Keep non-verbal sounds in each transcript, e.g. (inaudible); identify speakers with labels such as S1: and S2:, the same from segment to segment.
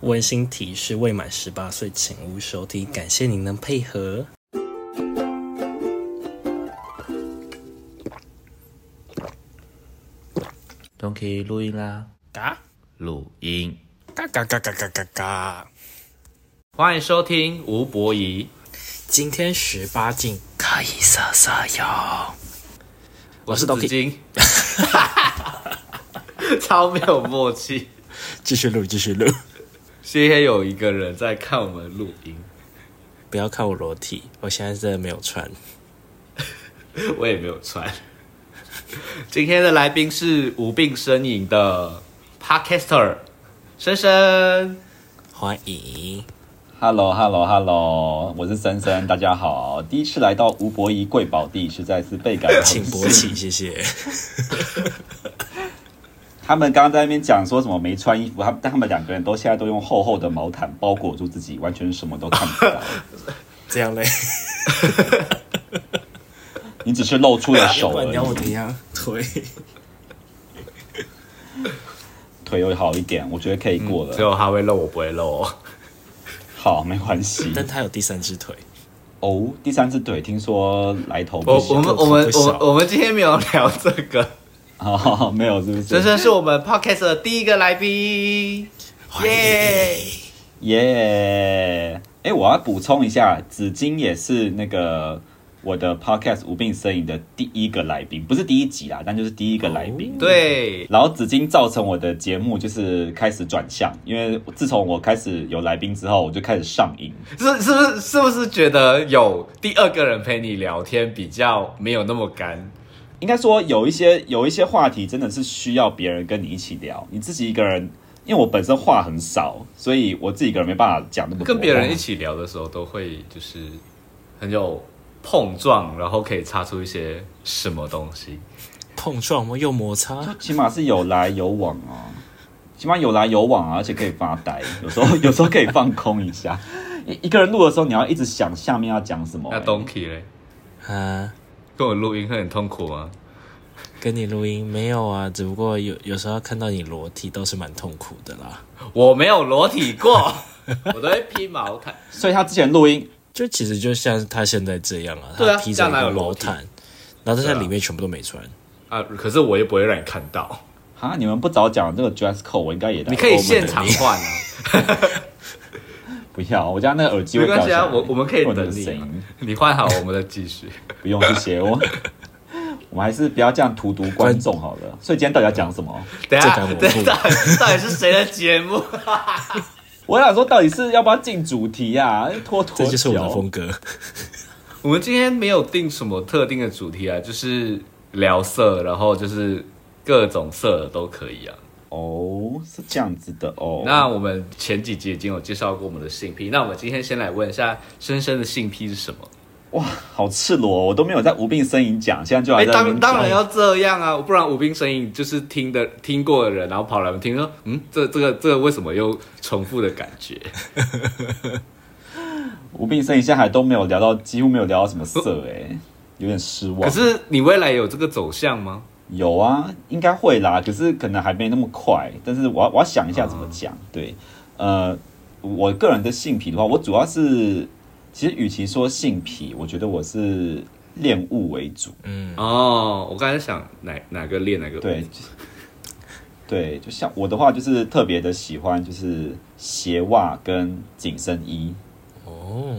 S1: 温馨提示：未满十八岁请勿收听。感谢您能配合。
S2: Donkey 录音啦，
S1: 嘎
S2: 录音，
S1: 嘎嘎嘎嘎嘎嘎嘎！
S2: 欢迎收听吴博仪，
S1: 今天十八禁，可以撒撒哟。我是 Donkey
S2: 子金， (laughs) 超没有默契。
S1: 继续录，继续录，
S2: 今天有一个人在看我们录音，
S1: 不要看我裸体，我现在真的没有穿。
S2: 我也没有穿。今天的来宾是无病呻吟的 Podcaster 深深。
S1: 欢迎，
S3: h e l l o h e l l o h e l l o 我是森森，大家好。第一次来到吴伯仪贵宝地，实在是倍感荣
S1: 请
S3: 幸。
S1: 勃起，谢谢。
S3: 他们刚刚在那边讲说什么没穿衣服，他们但他们两个人都现在都用厚厚的毛毯包裹住自己，完全什么都看不到。
S1: 这样嘞，
S3: 你只是露出了手而已，
S1: 怎样？腿
S3: 腿有好一点，我觉得可以过了。
S2: 只有他会漏，我不会漏、哦。
S3: 好，没关系。
S1: 但他有第三只腿，
S3: 哦，第三只腿听说来头
S2: 我
S3: 不
S2: 我
S3: 小。
S2: 们
S1: 不
S2: 我们
S1: 不
S2: 我
S1: 小
S2: 们我们今天没有聊这个，
S3: 哦， (laughs) 没有，是不
S2: 深
S3: 是？
S2: 深是我们 Podcast 的第一个来宾，
S1: 欢
S2: 耶、
S1: 迎。
S3: 耶！哎，我要补充一下，紫金也是那个我的 podcast《无病呻吟》的第一个来宾，不是第一集啦，但就是第一个来
S2: 哦
S3: 宾。
S2: 对，
S3: 然后紫金造成我的节目就是开始转向，因为自从我开始有来宾之后，我就开始上瘾。
S2: 是是不是是不是觉得有第二个人陪你聊天比较没有那么干？
S3: 应该说有一些有一些话题真的是需要别人跟你一起聊，你自己一个人，因为我本身话很少，所以我自己一个人没办法讲那么多。
S2: 跟别人一，起聊的时候都会就是很有碰撞，然后可以擦出一些什么东西。
S1: 碰撞吗？又摩擦？
S3: 起码是有来有往哦，起码有来有往啊，而且可以发呆，有时候 (laughs) 有时候可以放空一下。一一个人录的时候，你要一直想下面要讲什么、欸
S2: 那 Donkey 嘞，
S1: 啊，
S2: 跟我录音会很痛苦吗？
S1: 跟你录音没有啊？只不过有有时候看到你裸体倒是蛮痛苦的啦。
S2: 我没有裸体
S3: (laughs)
S2: 过，我都会披毛毯。
S3: 所以他之前录音，
S1: 就其实就像他现在这样啊，
S2: 对啊
S1: 他披着一
S2: 这样哪
S1: 个
S2: 有
S1: 毛
S2: 裸体
S1: 毯，然后他在
S2: 对啊
S1: 里面全部都没穿。
S2: 啊，可是我又不会让你看到，
S3: 哈，你们不早讲这个 dress code，我应该也来
S2: 你可以现场换啊。
S3: 不要，哦我家那个耳机会
S2: 没
S3: 掉
S2: 关系
S3: 下
S2: 啊
S3: 来。
S2: 我我们可以
S3: 会有那
S2: 等
S3: 个
S2: 你啊
S3: 声音，
S2: 你换好，我们再继续。
S3: 不用谢谢我。 (laughs) 我们还是不要这样荼毒观众好了。所以今天到底要讲什么？
S2: 等一下
S1: 这敢我，不
S2: 等一下，到底是谁的节目？
S3: 我想说，到底是要不要进主题啊？拖拖
S1: 这
S3: 久
S1: 就是我的风格。
S2: 我们今天没有定什么特定的主题啊，就是聊色，然后就是各种色的都可以啊。
S3: 哦，是这样子的哦。
S2: 那我们前几集已经有介绍过我们的性癖，那我们今天先来问一下深深的性癖是什么？
S3: 哇，好赤裸哦、我都没有在无病呻吟讲，现在就
S2: 哎、
S3: 啊来在那
S2: 当
S3: 边
S2: 当
S3: 讲
S2: 然要这样啊，不然无病呻吟就是听的听过的人，然后跑来我们听说，嗯，这这个这个为什么又重复的感觉？
S3: 无病呻吟，现在还都没有聊到，几乎没有聊到什么色哎、有点失望。
S2: 可是你未来有这个走向吗？
S3: 有啊，应该会啦，可是可能还没那么快。但是我要我要想一下怎么讲。对，呃，我个人的性癖的话，我主要是其实与其说性癖，我觉得我是恋物为主。
S2: 哦，我刚才想哪哪个练哪个舞
S3: 嗯对，就是 (laughs) 对，就像我的话，就是特别的喜欢就是鞋袜跟紧身衣。
S1: 哦，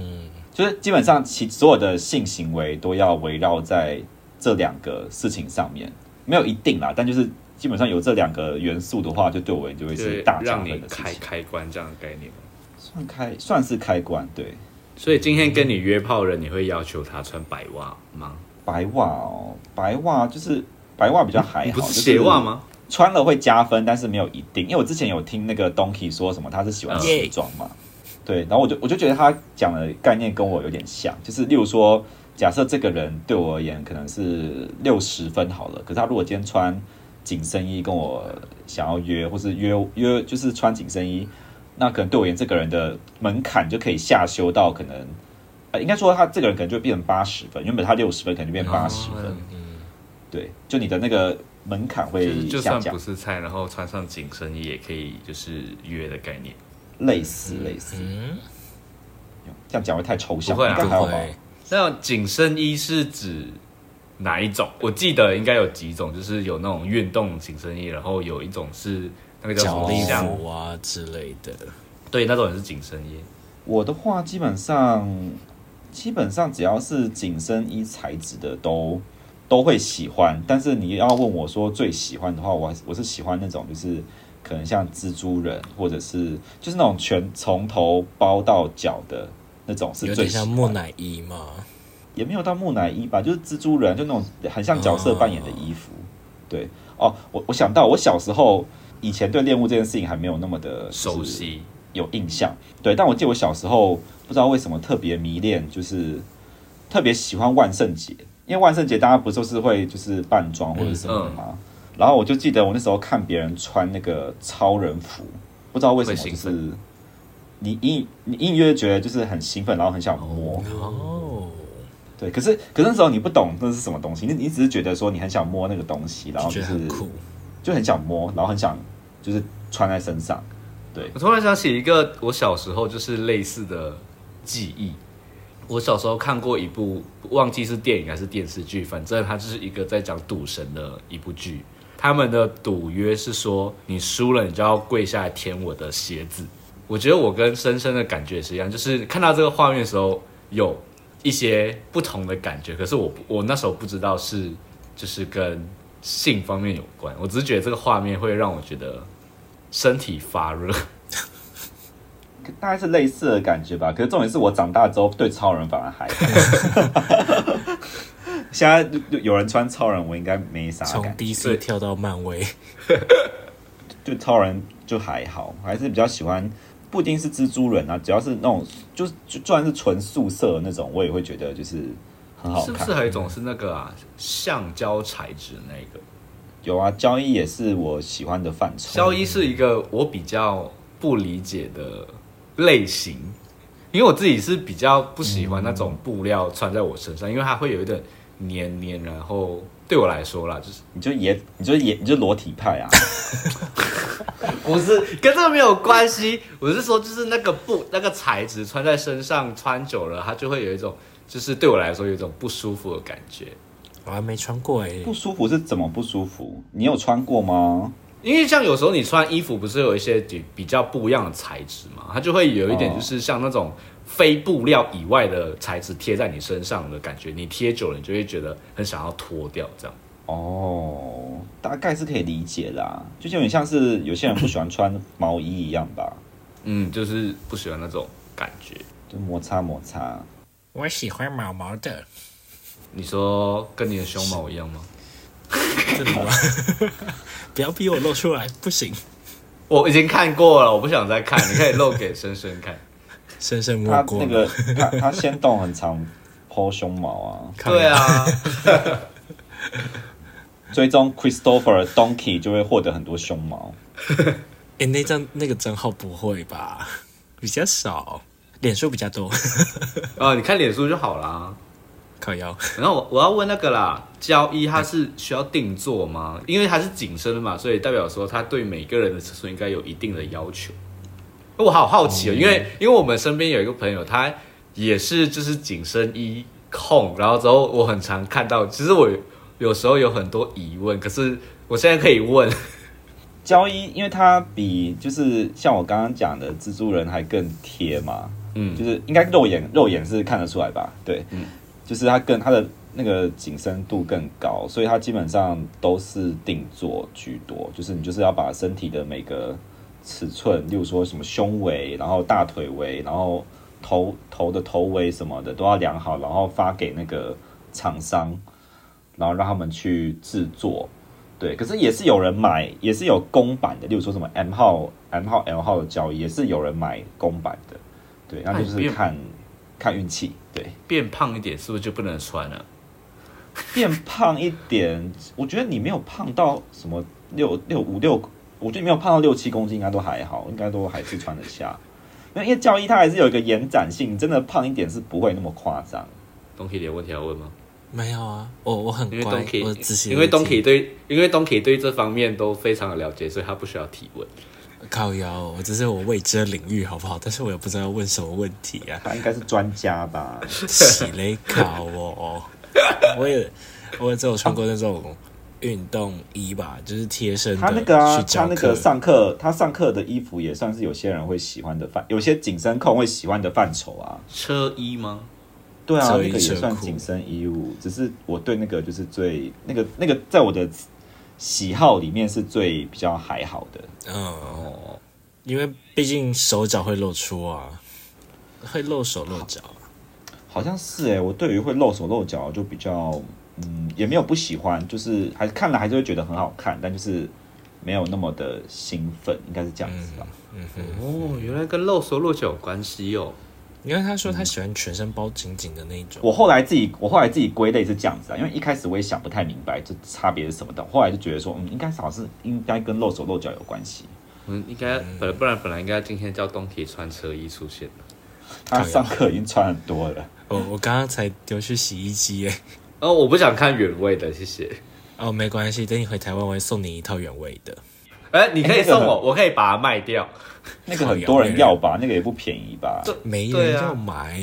S3: 就是基本上其所有的性行为都要围绕在这两个事情上面，没有一定啦，但就是基本上有这两个元素的话，就对我而言就会
S2: 就是
S3: 是大加
S2: 让你
S3: 分的事
S2: 开
S3: 情，
S2: 开关这样的概念。
S3: 算开算是开关，对，
S2: 所以今天跟你约炮的人，你会要求他穿白袜吗？
S3: 白袜哦，白袜就是白袜比较还好，
S2: 不是鞋袜？吗？
S3: 穿了会加分，但是没有一定，因为我之前有听那个 Donkey 说什么，他是喜欢
S2: 嗯
S3: 时装嘛，对，然后我就我就觉得他讲的概念跟我有点像，就是例如说，假设这个人对我而言可能是六十分好了，可是他如果今天穿紧身衣跟我想要约，或是约约就是穿紧身衣，那可能对我而言这个人的门槛就可以下修到可能，呃，应该说他这个人可能就变成八十分，原本他六十分可能就变八十分，对，就你的那个门槛
S2: 就
S3: 会
S2: 是就
S3: 下
S2: 算
S3: 降
S2: 不。是菜，然后穿上紧身衣也可以，就是约的概念。
S3: 类似类似，
S1: 嗯，
S3: 这样讲会太抽象，
S2: 不会啊
S3: 应该
S1: 不
S3: (laughs) 还好吧？
S1: 会，
S2: 那紧身衣是指哪一种？我记得应该有几种，就是有那种运动紧身衣，然后有一种是那个叫什
S1: 脚
S2: 么
S1: 力
S2: 像
S1: 服啊之类的。
S2: 对，那种也是紧身衣。
S3: 我的话基本上基本上只要是紧身衣材质的都都会喜欢，但是你要问我说最喜欢的话，我还是我是喜欢那种就是可能像蜘蛛人或者是就是那种全从头包到脚的那种是
S1: 有
S3: 最
S1: 点
S3: 喜欢
S1: 像木乃伊嘛，
S3: 也没有到木乃伊吧，就是蜘蛛人，就那种很像角色扮演的衣服。对，哦，我我想到我小时候以前对恋物这件事情还没有那么的
S2: 熟，悉，
S3: 有印象。对，但我记得我小时候不知道为什么特别迷恋，就是特别喜欢万圣节，因为万圣节大家不就是会就是扮装
S2: 嗯
S3: 或者什么的吗？然后我就记得我那时候看别人穿那个超人服，不知道为什么
S2: 会
S3: 就
S2: 兴
S3: 是
S2: 奋
S3: 你隐你隐约觉得就是很兴奋，然后很想摸。
S1: 哦，
S3: 对，可是可是那时候你不懂那是什么东西，你你只是觉得说你很想摸那个东西，然后
S1: 就
S3: 就
S1: 觉得
S3: 是
S1: 很酷。
S3: 就很想摸，然后很想就是穿在身上。
S2: 我突然想起一个我小时候就是类似的记忆。我小时候看过一部，忘记是电影还是电视剧，反正它就是一个在讲赌神的一部剧。他们的赌约是说，你输了你就要跪下来舔我的鞋子。我觉得我跟深深的感觉是一样，就是看到这个画面的时候有一些不同的感觉，可是我不我那时候不知道是就是跟性方面有关，我只是觉得这个画面会让我觉得身体发热。
S3: 大概是类似的感觉吧，可是重点是我长大之后对超人反而还好。
S1: (laughs)
S3: 现在有有人穿超人，我应该没啥
S1: 从
S3: 感觉，
S2: 对
S1: DC 跳到漫威，
S3: 对超人就还好，还是比较喜欢，不一定是蜘蛛人啊，只要是那种就是就就算是纯素色的那种，我也会觉得就是很好
S2: 是
S3: 看。
S2: 不是还有一种是那个啊，橡胶材质的那个？
S3: 有啊，交易也是我喜欢的范畴。
S2: 胶衣是一个我比较不理解的类型，因为我自己是比较不喜欢那种布料穿在我身上，因为它会有一点黏黏，然后对我来说啦，就是
S3: 你就也你就也你就裸体派啊，
S2: 不是跟这个没有关系，我是说就是那个布那个材质穿在身上穿久了，它就会有一种就是对我来说有一种不舒服的感觉。
S1: 我还没穿过哎、
S3: 不舒服是怎么不舒服？你有穿过吗？
S2: 因为像有时候你穿衣服不是有一些比比较不一样的材质嘛，它就会有一点
S3: 哦
S2: 就是像那种非布料以外的材质贴在你身上的感觉，你贴久了你就会觉得很想要脱掉这样。
S3: 哦，大概是可以理解啦，就有点像是有些人不喜欢穿毛衣一样吧，
S2: 嗯，就是不喜欢那种感觉。
S3: 就摩擦摩擦。
S1: (laughs) 我喜欢毛毛的，
S2: 你说跟你的胸毛一样吗？
S1: 真的吗？不要逼我露出来，不行。
S2: (laughs) 我已经看过了，我不想再看，你可以露给深深看。
S1: 深深摸
S3: 他
S1: 过
S3: 那个他他先动很长，剖胸毛啊，
S1: 看
S2: (laughs) 对 (laughs) 啊，
S3: 追踪 Christopher Donkey 就会获得很多胸毛。
S1: 哎、那张那个账号不会吧？ (laughs) 比较少，脸书比较多， (laughs)
S2: 啊，你看脸书就好啦。
S1: 靠腰。
S2: 然后我我要问那个啦，胶
S1: 嗯
S2: 衣它是需要定做吗？因为它是紧身的嘛，所以代表说它对每个人的尺寸应该有一定的要求。我好好奇哦，因为因为我们身边有一个朋友，他也是就是紧身衣控，然后之后我很常看到，其实我有时候有很多疑问，可是我现在可以问，
S3: 交易，因为它比就是像我刚刚讲的蜘蛛人还更贴嘛，
S2: 嗯
S3: 就是应该肉眼肉眼是看得出来吧？对，
S2: 嗯
S3: 就是它更它的那个紧身度更高，所以它基本上都是定做居多，就是你就是要把身体的每个尺寸，例如说什么胸围，然后大腿围，然后头头的头围什么的都要量好，然后发给那个厂商，然后让他们去制作。对，可是也是有人买，也是有公版的，例如说什么 M 号、M 号、L 号的交易，也是有人买公版的。对，那就
S2: 哎没
S3: 是
S2: 有
S3: 看看运气。对，
S2: 变胖一点是不是就不能穿啊了？
S3: 变胖一点，我觉得你没有胖到什么六六五六，我觉得你没有胖到六七公斤，应该都还好，应该都还是穿得下。因为因为教衣它还是有一个延展性，你真的胖一点是不会那么夸张。
S2: 东 k 有问题要问吗？
S1: 没有啊，我我很
S2: 因为
S1: 乖
S2: 东 k，
S1: 我仔细。
S2: 因为东 k 对因为东 k 对这方面都非常的了解，所以他不需要提问。
S1: 靠腰，我只是我未知的领域，好不好？但是我也不知道要问什么问题
S3: (laughs)
S1: 啊。
S3: 他应该是专家吧？
S1: 洗嘞考哦， (laughs) 我也我也只有穿过那种运动衣吧，就是贴身的
S3: 他那个啊
S1: 去，
S3: 他
S1: 教
S3: 那
S1: 课
S3: 个上课，他上课的衣服也算是有些人会喜欢的范，有些紧身控会喜欢的范畴啊。
S2: 车衣吗？
S3: 对啊，
S1: 折
S3: 那
S1: 衣
S3: 个也
S1: 折
S3: 算
S1: 裤
S3: 紧身衣物，只是我对那个就是最那个那个，在我的喜好里面是最比较还好的。
S1: 嗯，
S2: 哦，
S1: 因为毕竟手脚会露出啊，会露手露脚啊。
S3: 好像是哎、我对于会露手露脚就比较，嗯，也没有不喜欢，就是还是看了还是会觉得很好看，但就是没有那么的兴奋，应该是这样子
S1: 嗯
S3: 吧。
S2: 哦，原来跟露手露脚有关系哦。
S1: 你看他说他喜欢全身包紧紧的那一种，
S3: 我后来自己，我后来自己归类是这样子啊，因为一开始我也想不太明白这差别是什么的，后来就觉得说，嗯，应该是好像是应该跟露手露脚有关系。
S2: 我嗯们应该本来不然本来应该今天叫东铁穿车衣出现的。
S3: 他上课已经穿很多了，
S1: 我哦我刚刚才丢去洗衣机耶。
S2: 哦，我不想看原味的，谢谢。
S1: 哦，没关系，等你回台湾我会送你一套原味的。
S2: 哎、你可以
S3: 哎那个
S2: 送
S3: 很
S2: (laughs) 我，我可以把它卖掉。
S3: 那个很多人要吧，那个也不便宜吧。
S2: 这
S1: 没
S2: 对
S1: 人
S2: 啊
S1: 要买，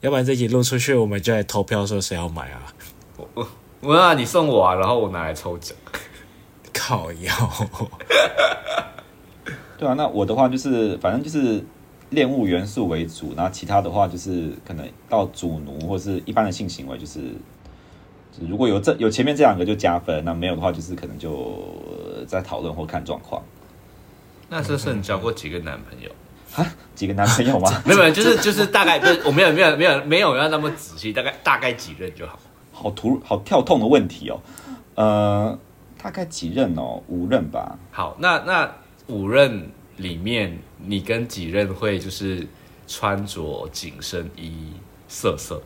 S1: 要不然这集录出去，我们就来投票说谁要买啊？ (laughs)
S2: 我让你送我啊，然后我拿来抽奖。
S1: 靠腰，
S3: 对啊，那我的话就是，反正就是恋物元素为主，然后其他的话就是可能到主奴或是一般的性行为，就是就是如果有这有前面这两个就加分，那没有的话就是可能就呃再讨论或看状况。
S2: 那这是你交过几个男朋友？
S3: 几个男朋友吗？
S2: (laughs) 没有，没有，就是就是大概，就是我没有没有没有没有要那么仔细，大概大概几任就好。
S3: 好突好跳痛的问题哦。呃，大概几任哦？五任吧。
S2: 好，那那五任里面，你跟几任会就是穿着紧身衣色色？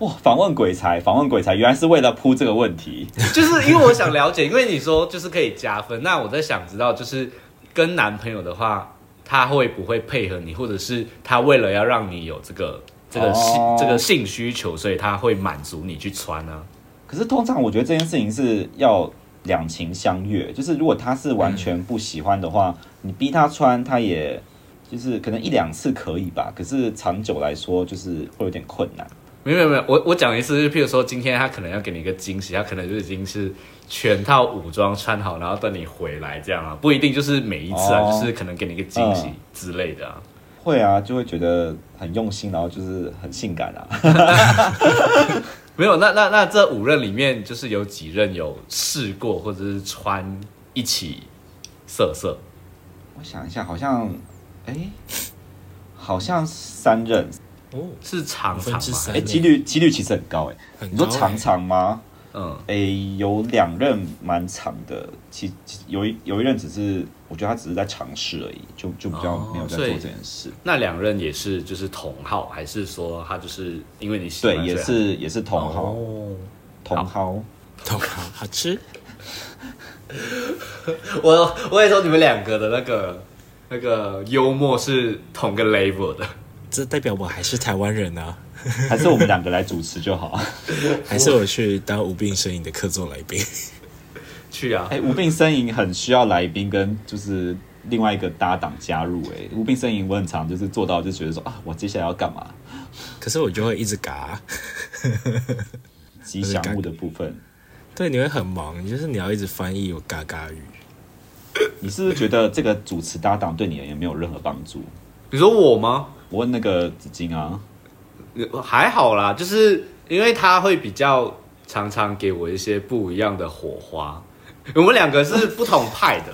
S3: 哇，访问鬼才，访问鬼才，原来是为了铺这个问题。
S2: 就是因为我想了解，因为你说就是可以加分，那我在想知道，就是跟男朋友的话，他会不会配合你，或者是他为了要让你有这个这个性、
S3: 哦
S2: 这个性需求，所以他会满足你去穿啊呢、
S3: 可是通常我觉得这件事情是要两情相悦，就是如果他是完全不喜欢的话，你逼他穿，他也就是可能一两次可以吧，可是长久来说就是会有点困难。
S2: 没有没有没有，我我讲的意思是，譬如说今天他可能要给你一个惊喜，他可能就已经是全套武装穿好，然后等你回来这样啊，不一定就是每一次啊，
S3: 哦
S2: 就是可能给你一个惊喜
S3: 嗯
S2: 之类的啊。
S3: 会啊，就会觉得很用心，然后就是很性感啊。
S2: 没有，那那那这五任里面，就是有几任有试过或者是穿一起色色，
S3: 我想一下，好像，哎、好像三任，
S1: 哦，
S2: 是常常
S1: 分之
S2: 吗？
S3: 哎、
S1: 三任
S3: 几率几率其实很高哎、
S1: 很
S3: 你说
S2: 哦
S1: 高
S3: 长
S1: 欸
S3: 长吗？
S2: 嗯，
S3: 诶、有两任蛮长的，其其有一有一任只是，我觉得他只是在尝试而已，就就比较
S2: 哦
S3: 没有在做
S2: 所以
S3: 这件事。
S2: 那两任也是就是同号，还是说他就是因为你喜欢
S3: 对，也
S2: 所以
S3: 是也是
S2: 他
S3: 同号，
S2: 哦
S3: 同号。
S1: 懂了，好吃。
S2: 我我也说你们两个的那个那个幽默是同个 level 的，
S1: 这代表我还是台湾人啊，
S3: 还是我们两个来主持就好。
S2: (laughs)
S1: 还是我去当无病呻吟的客座来宾？ (laughs)
S2: 去啊
S3: 哎、！无病呻吟很需要来宾跟就是另外一个搭档加入、哎，无病呻吟我很常就是做到就觉得说啊，我接下来要干嘛？
S1: 可是我就会一直嘎、
S3: 吉祥物的部分，
S1: 对，你会很忙，就是你要一直翻译我嘎嘎语。
S3: 你是不是觉得这个主持搭档对你也没有任何帮助？
S2: 你说我吗？
S3: 我问那个子金啊，
S2: 还好啦，就是因为他会比较常常给我一些不一样的火花。我们两个是不同派的，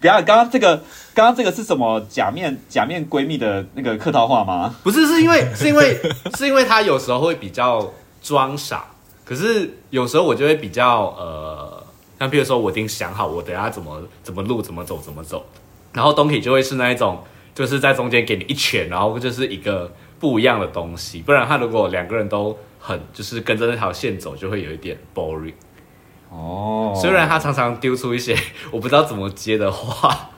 S3: 等一下，刚刚这个，刚刚这个是什么假面假面闺蜜的那个客套话吗？
S2: 不是是因
S3: (laughs)
S2: 为是因为是因为他有时候会比较装傻，可是有时候我就会比较呃，像比如说我已经想好我等下怎么怎么录怎么走怎么走，然后东体就会是那一种就是在中间给你一拳，然后就是一个不一样的东西，不然他如果两个人都很就是跟着那条线走，就会有一点 boring。
S3: 哦，
S2: 虽然他常常丢出一些 (laughs) 我不知道怎么接的话，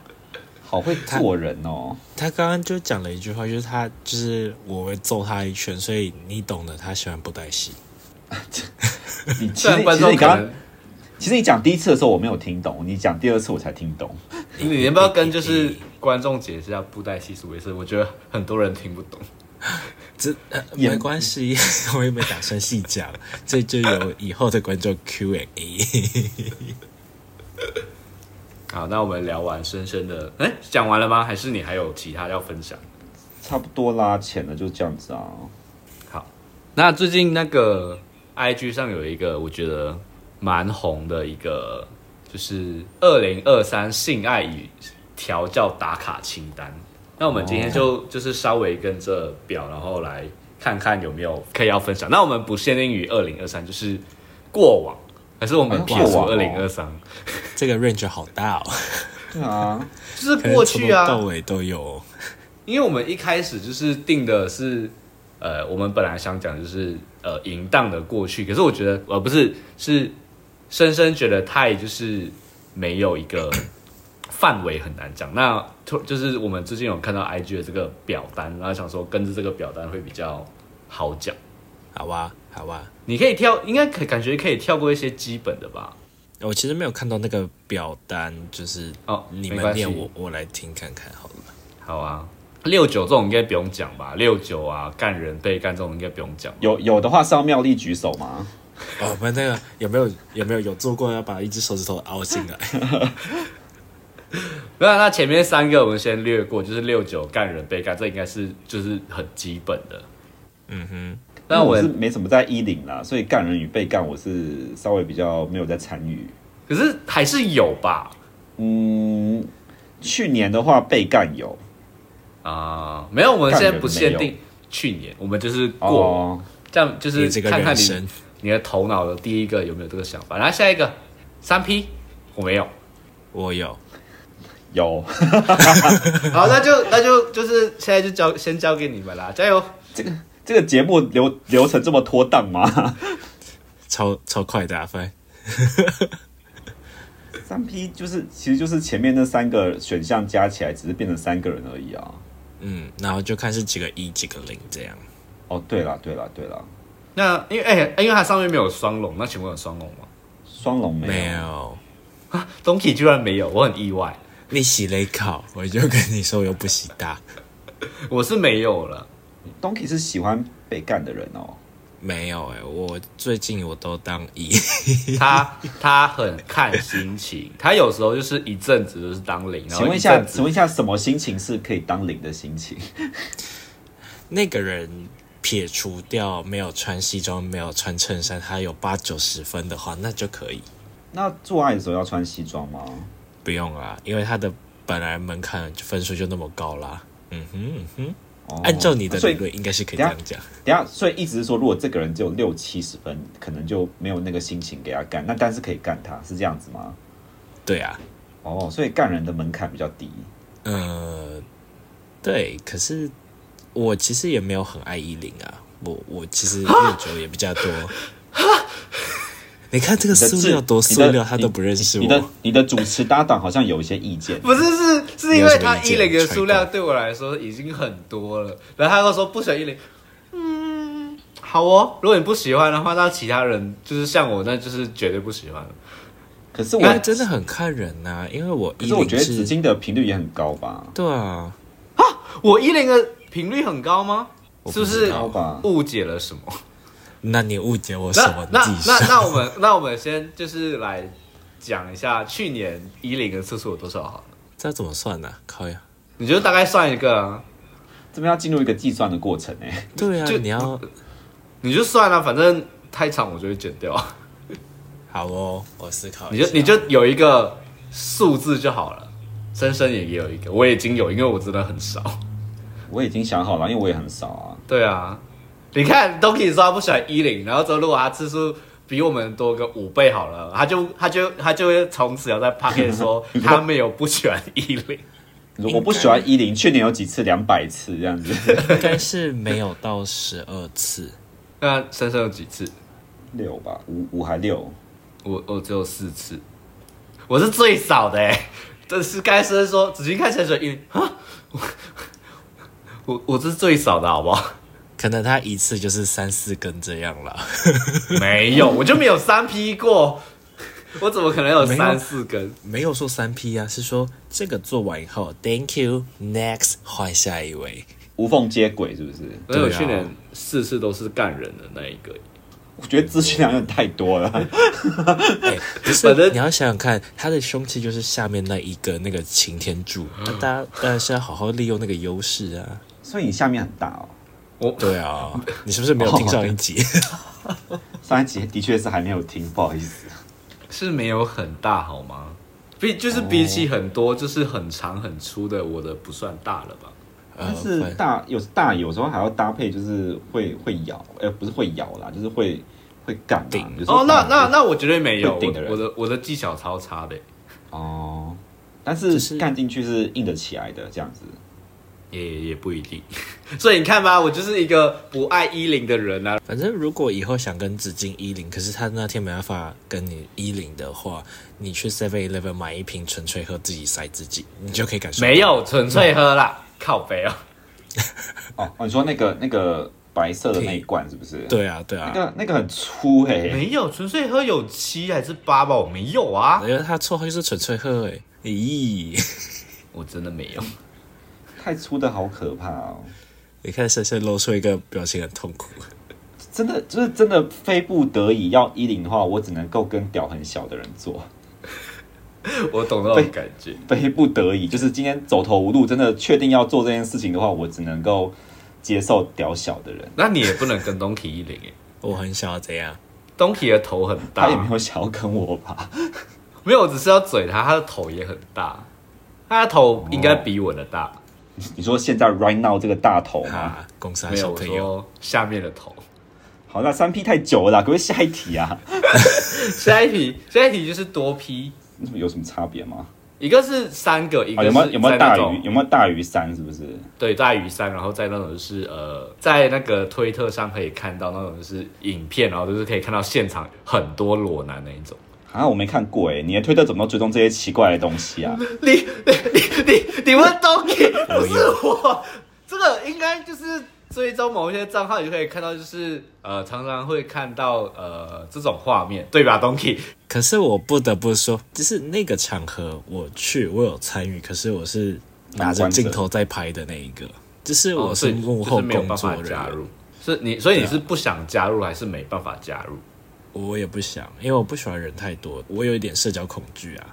S3: 好会做人
S2: (laughs)
S3: 哦，
S1: 他刚刚就讲了一句话，就是他就是我会揍他一拳，所以你懂的，他喜欢布袋戏。
S3: 你其
S2: 虽然
S3: 实
S2: 观 (laughs)
S3: 其实
S2: 众
S3: 你
S2: 可
S3: 刚刚
S2: 能
S3: 其实你讲第一次的时候我没有听懂，你讲第二次我才听懂。
S2: 你要不要跟就是观众解释一下布袋戏是为什么？我觉得很多人听不懂。
S1: 这、呃没关系， (laughs) 我也没打算细讲，这就由以后的观众 Q&A。
S2: 好，那我们聊完深深的，哎，讲完了吗？还是你还有其他要分享？
S3: 差不多啦，浅的就这样子啊。
S2: 好，那最近那个 IG 上有一个我觉得蛮红的一个，就是二零二三性爱与调教打卡清单。那我们今天就、就是稍微跟着表，然后来看看有没有可以要分享。那我们不限定于二零二三，就是过往，还是我们
S3: 啊
S2: 撇除
S3: 过往
S2: 二
S3: 哦
S2: 零二三，
S1: 这个 range 好大哦，
S3: 对啊，
S2: 就是
S1: 可能
S2: 过
S1: 从
S2: 去
S1: 头
S2: 啊，
S1: 到尾都有哦、
S2: 因为我们一开始就是定的是，呃，我们本来想讲就是呃淫荡的过去，可是我觉得呃不是是深深觉得太就是没有一个 (coughs) 范围很难讲。那突就是我们最近有看到 IG 的这个表单，然后想说跟着这个表单会比较好讲。
S1: 好吧，好吧，
S2: 你可以跳，应该可感觉可以跳过一些基本的吧？
S1: 我其实没有看到那个表单，就是
S2: 哦
S1: 你
S2: 没
S1: 们
S2: 关系
S1: 念我，我来听看看好了。
S2: 好啊，六九这种应该不用讲吧？六九啊，干人被干这种应该不用讲吧。
S3: 有有的话是要妙丽举手吗？
S1: 哦，不，那个有没有有没有有做过要把一只手指头凹进来？
S2: 没有，那前面三个我们先略过，就是六九干人被干，这应该是就是很基本的。
S1: 嗯哼，
S2: 那我
S3: 是没什么在一零啦，所以干人与被干我是稍微比较没有在参与。
S2: 可是还是有吧？
S3: 嗯，去年的话被干有
S2: 啊、没有，我们现在不限
S3: 干人
S2: 定去年，我们就是过，
S3: 哦，
S2: 这样 (laughs) 就
S1: 你
S2: 是
S1: 这个
S2: 看看
S1: 人
S2: 你
S1: 生，
S2: 你的头脑的第一个有没有这个想法。然后下一个三 P
S1: (laughs)
S2: 我没有，
S1: 我有。
S3: 有
S2: 好，那就那就就是现在就交先交给你们啦，加油！
S3: 这个节目流流程这么拖档吗？
S1: 超超快的、啊，反正
S3: 三 P 就是其实就是前面那三个选项加起来，只是变成三个人而已啊。
S1: 嗯，然后就看是几个一几个零这样。
S3: 哦，对啦对啦对啦，
S2: 那因为哎、因为它上面没有双龙，那请问有双龙吗？
S3: 双龙没有
S1: 没有，
S2: 东体居然没有，我很意外，
S1: 你洗雷考，我就跟你说我又不洗大，
S2: 我是没有了。
S3: ，Donkey 是喜欢被干的人哦。
S1: 没有哎、我最近我都当一，
S2: 他他很看心情，他有时候就是一阵子就是当零，然
S3: 请
S2: 后
S3: 问
S2: 一
S3: 一下，
S2: 阵
S3: 请
S2: 子
S3: 问一下，什么心情是可以当零的心情？
S1: 那个人。撇除掉没有穿西装、没有穿衬衫，他有八九十分的话，那就可以
S3: 那做爱的时候要穿西装吗？
S1: 不用啦，因为他的本来门槛分数就那么高啦。嗯哼嗯哼，
S3: 哦
S1: 按照你的
S3: 所
S1: 理
S3: 以
S1: 论，应该是可以这
S3: 等下
S1: 样讲。
S3: 等一下，所以意思是说，如果这个人只有六七十分，可能就没有那个心情给他干，那但是可以干他，是这样子吗？
S1: 对啊，
S3: 哦，所以干人的门槛比较低。
S1: 呃，对，可是我其实也没有很爱依林啊，我我其实六九也比较多。你看这个
S3: 你的
S1: 塑料
S3: 制
S1: 多
S3: 你
S1: 塑
S3: 的
S1: 料，他
S3: 你
S1: 都不认识
S3: 你的
S1: 我。
S3: 你的主持搭档好像有一些意见，
S2: 不是是是
S1: 你
S2: 因
S1: 有
S2: 为
S1: 什么
S2: 他
S1: 意
S2: 一
S1: 见
S2: 零的
S1: 踹
S2: 数量
S1: 爆
S2: 对我来说已经很多了，然后他又说不喜欢一零，嗯，好哦，如果你不喜欢的话，那其他人就是像我，那就是绝对不喜欢了。
S3: 可是我
S1: 那真的很看人呐、因为我
S3: 可
S1: 一
S3: 是我
S1: 零
S3: 觉得紫
S1: 是，
S3: 金的频率也很高吧？
S1: 对啊，
S2: 我一零的频率很高吗？
S1: 我
S2: 是不
S1: 不知
S2: 是
S1: 道
S3: 吧
S2: 误解了什么？
S1: 那你误解我什
S2: 那
S1: 么？你
S2: 那
S1: 自己
S2: 那
S1: 说。
S2: 那我们 (laughs) 那我们先就是来讲一下去年一零的次数有多少好了，
S1: 这要怎么算呢、啊？靠呀！
S2: 你就大概算一个、啊。
S3: 这边要进入一个计算的过程哎、欸， (laughs)
S1: 对啊
S2: 就，
S1: 你要
S2: 你就算了，反正太长我就会剪掉。
S1: 好哦，我思考一
S2: 你就
S1: 下。
S2: 你就有一个数字就好了。深深也也有一个，我已经有，因为我真的很少。 (laughs)
S3: 我已经想好了，因为我也很少啊。
S2: 对啊，你看 Doki 说他不喜欢一零，然后之后如果他次数比我们多个五倍好了，他就他就他就会从此要在 p o c k e t 说他没有不喜欢一零。
S3: 你说我不喜欢一零，去年有几次两百次这样子， (laughs)
S1: 应该是没有到十二次，
S2: 那深深有几次？
S3: 六吧，五五还六，
S2: 我我只有四次，我是最少的哎、欸。但是该深说，只近看深深一零啊，我我我是最少的好不好？
S1: 可能他一次就是三四根这样啦。
S2: (laughs) 没有，我就没有三 P 过。我怎么可能有
S1: 没有
S2: 三四根？
S1: (laughs) 没有说三 P 啊，是说这个做完以后，Thank you next 换下一位。
S3: 无缝接轨是不是？
S2: 所以我
S1: 对啊
S2: 去年四次都是干人的那一个，
S3: 我觉得资讯量有点太多了。 (laughs)
S1: 哎，不是
S2: 反正，
S1: 你要想想看，他的凶器就是下面那一个那个擎天柱，那大家当然是要好好利用那个优势啊。
S3: 所以你下面很大哦。
S1: 对啊，你是不是没有听上一
S2: (laughs)
S1: 集？
S3: 上一集的确是还没有听，不好意思。
S2: 是没有很大好吗？哦比就是比起很多就是很长很粗的，我的不算大了吧？
S1: 呃
S3: 但是
S1: 反
S3: 大有大，有时候还要搭配，就是会会咬，呃，不是会咬啦，就是会会干嘛
S1: 顶
S3: 比如说
S2: 哦，那那那我绝对没有，
S3: 会
S2: 我
S3: 顶的人
S2: 我的我的技巧超差的，
S3: 哦，但
S1: 就是
S3: 是干进去是硬得起来的这样子。
S2: 也也不一定。 (laughs) 所以你看吧，我就是一个不爱衣领的人啊。
S1: 反正如果以后想跟子敬一零，可是他那天没办法跟你一零的话，你去 Seven Eleven 买一瓶纯粹喝自己塞自己，你就可以感受到
S2: 没有纯粹喝啦，靠杯哦。
S3: 哦，哦你说那个那个白色的那一罐是不是？，
S1: 对啊，对
S3: 那
S1: 啊，
S3: 个那个很粗欸嘿、
S2: 没有纯粹喝有七还是八吧？我没有啊
S1: 因，为他绰号就是蠢粹鹤哎，咦，
S2: 我真的没有。
S3: 太粗的好可怕哦！
S1: 你看深深露出一个表情很痛苦，
S3: 真的就是真的非不得已要衣领的话，我只能够跟屌很小的人做。
S2: 我懂那种感觉。
S3: 非不得已，就是今天走投无路，真的确定要做这件事情的话，我只能够接受屌小的人。
S2: 那你也不能跟 Donkey 一零诶
S1: 我很想要怎样？
S2: ，Donkey 的头很大
S3: 他也，没有想要跟我吧？
S2: 没有，我只是要嘴他，他的头也很大，他的头应该比我的大。
S3: 你说现在 right now 这个大头吗？
S1: 啊，公
S3: 嗯
S1: 司的
S2: 没有，
S1: 小
S2: 我
S1: 朋友，
S2: 说下面的头。
S3: 好，那三 P 太久了啦，可不可以下一题啊？
S2: 下一题，下一题就是多批，
S3: 有什么差别吗？
S2: 一个是三个，一
S3: 啊，
S2: 个
S3: 有
S2: 是
S3: 没有有没有
S2: 在那
S3: 大
S2: 种
S3: 于有没有大于三？是不是？
S2: 对大于三，然后在那种就是呃，在那个推特上可以看到那种就是影片，然后就是可以看到现场很多裸男那一种。
S3: 啊，我没看过哎、你的推特怎么都追踪这些奇怪的东西啊？
S2: 你你你你问 Donkey
S1: (laughs) 哎
S2: 不是我，这个应该就是追踪某一些账号，你就可以看到，就是呃，常常会看到呃这种画面，对吧，Donkey？
S1: 可是我不得不说，就是那个场合我去，我有参与，可是我是拿着镜头在拍的那一个，就是我
S2: 哦所
S1: 是
S2: 以
S1: 幕
S2: 就
S1: 后
S2: 是没有
S1: 工
S2: 办
S1: 作
S2: 法
S1: 人
S2: 加
S1: 员。啊
S2: 入，是你，所以你是不想加入还是没办法加入？
S1: 我也不想，因为我不喜欢人太多，我有一点社交恐惧啊，